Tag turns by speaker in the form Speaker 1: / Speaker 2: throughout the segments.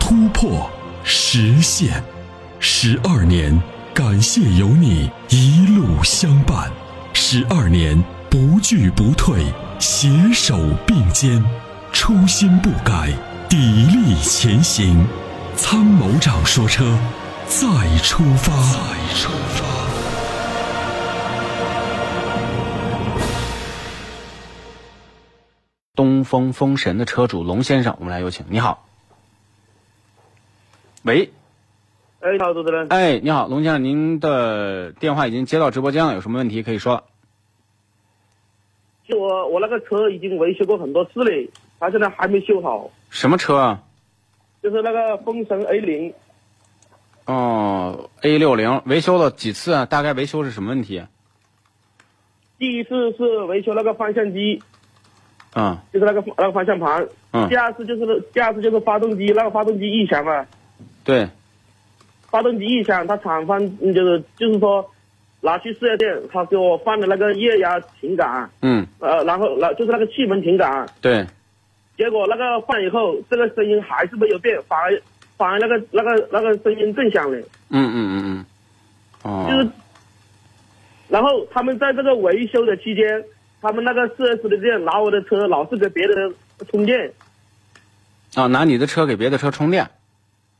Speaker 1: 突破、实现，十二年，感谢有你一路相伴，十二年不惧不退，携手并肩，初心不改，砥砺前行。参谋长说车，再出发。再出发。
Speaker 2: 东风风神的车主龙先生，我们来有请。你好，喂，
Speaker 3: 哎，你好，主持人。
Speaker 2: 哎，你好，龙先生，您的电话已经接到直播间了，有什么问题可以说了。
Speaker 3: 就我我那个车已经维修过很多次嘞，它现在还没修好。
Speaker 2: 什么车啊？
Speaker 3: 就是那个风神 A 零，
Speaker 2: 哦，A 六零维修了几次啊？大概维修是什么问题？啊
Speaker 3: 第一次是维修那个方向机，
Speaker 2: 嗯
Speaker 3: 就是那个那个方向盘。
Speaker 2: 嗯
Speaker 3: 第，二次就是第二次就是发动机，那个发动机异响嘛，
Speaker 2: 对，
Speaker 3: 发动机异响，它厂方嗯就是就是说，拿去四 S 店，他给我换的那个液压停杆，
Speaker 2: 嗯
Speaker 3: 呃，然后那就是那个气门停杆，
Speaker 2: 对，
Speaker 3: 结果那个换以后，这个声音还是没有变，反而反而那个那个那个声音更响了。
Speaker 2: 嗯嗯嗯嗯，
Speaker 3: 就是
Speaker 2: 哦，，
Speaker 3: 然后他们在这个维修的期间，他们那个四 S 的店拿我的车老是给别的人充电
Speaker 2: 啊，拿你的车给别的车充电，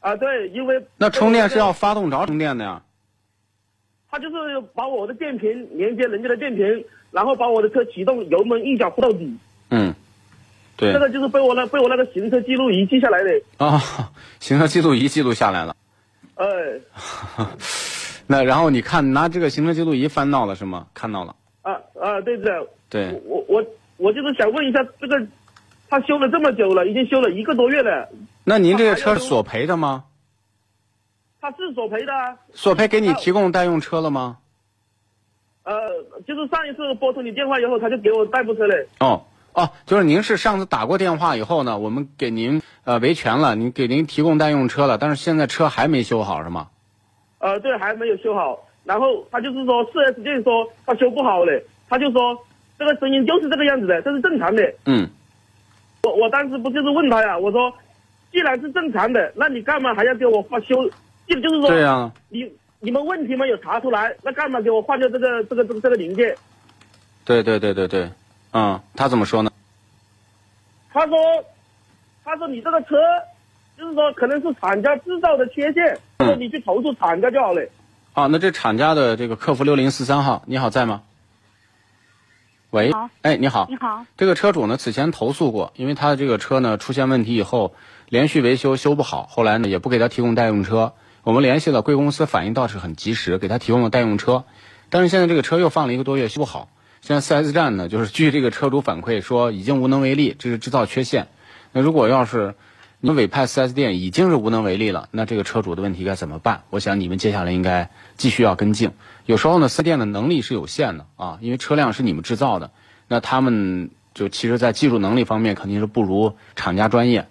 Speaker 3: 啊，对，因为
Speaker 2: 那充电是要发动着充电的呀？
Speaker 3: 他就是把我的电瓶连接人家的电瓶，然后把我的车启动，油门一脚扑到底，
Speaker 2: 嗯，对
Speaker 3: 这，个就是被我那被我那个行车记录仪记下来的，
Speaker 2: 啊，行车记录仪记录下来了。
Speaker 3: 呃
Speaker 2: 那然后你看拿这个行车记录仪翻到了是吗？看到了，
Speaker 3: 啊啊，对的，
Speaker 2: 对，
Speaker 3: 我我我就是想问一下这个。他修了这么久了，已经修了一个多月了，
Speaker 2: 那您这个车是索赔的吗？
Speaker 3: 他是索赔的啊。
Speaker 2: 索赔给你提供代用车了吗？
Speaker 3: 呃，就是上一次拨通你电话以后，他就给我代步车了。
Speaker 2: 哦哦，就是您是上次打过电话以后呢，我们给您呃维权了，您给您提供代用车了，但是现在车还没修好是吗？
Speaker 3: 呃，对，还没有修好。然后他就是说四 S 店说他修不好嘞，他就说这个声音就是这个样子的，这是正常的。
Speaker 2: 嗯，
Speaker 3: 我我当时不就是问他呀，我说既然是正常的，那你干嘛还要给我发修？就就是说，
Speaker 2: 对啊呀、
Speaker 3: 你你们问题没有查出来，那干嘛给我换掉这个这个这个这个零件？
Speaker 2: 对对对对对，嗯，他怎么说呢？
Speaker 3: 他说，他说你这个车，就是说可能是厂家制造的缺陷，他说你去投诉厂家就好了。
Speaker 2: 啊，那这厂家的这个客服六零四三号，你好在吗？喂
Speaker 4: 好，
Speaker 2: 哎，你好，
Speaker 4: 你好，
Speaker 2: 这个车主呢，此前投诉过，因为他的这个车呢出现问题以后，连续维修修不好，后来呢也不给他提供代用车。我们联系了贵公司，反应倒是很及时，给他提供了代用车。但是现在这个车又放了一个多月修不好，现在 4S 站呢，就是据这个车主反馈说已经无能为力，这是制造缺陷。那如果要是你们委派 4S 店已经是无能为力了，那这个车主的问题该怎么办？我想你们接下来应该继续要跟进。有时候呢，4S 店的能力是有限的啊，因为车辆是你们制造的，那他们就其实在技术能力方面肯定是不如厂家专业。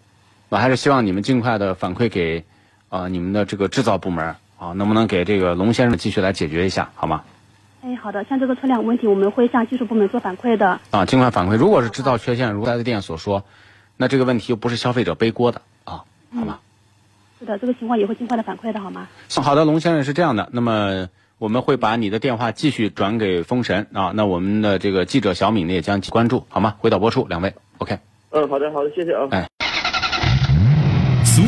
Speaker 2: 我还是希望你们尽快的反馈给，呃，你们的这个制造部门儿啊，能不能给这个龙先生继续来解决一下，好吗？
Speaker 4: 哎，好的，像这个车辆问题，我们会向技术部门做反馈的。
Speaker 2: 啊，尽快反馈。如果是制造缺陷，如 4S 店所说，那这个问题又不是消费者背锅的啊，好吗？
Speaker 4: 是的，这个情况也会尽快的反馈的，好吗？
Speaker 2: 行好的，龙先生是这样的，那么我们会把你的电话继续转给风神啊，那我们的这个记者小敏呢也将关注，好吗？回到播出，两位，OK。
Speaker 3: 嗯，好的，好的，谢谢啊。
Speaker 1: 俗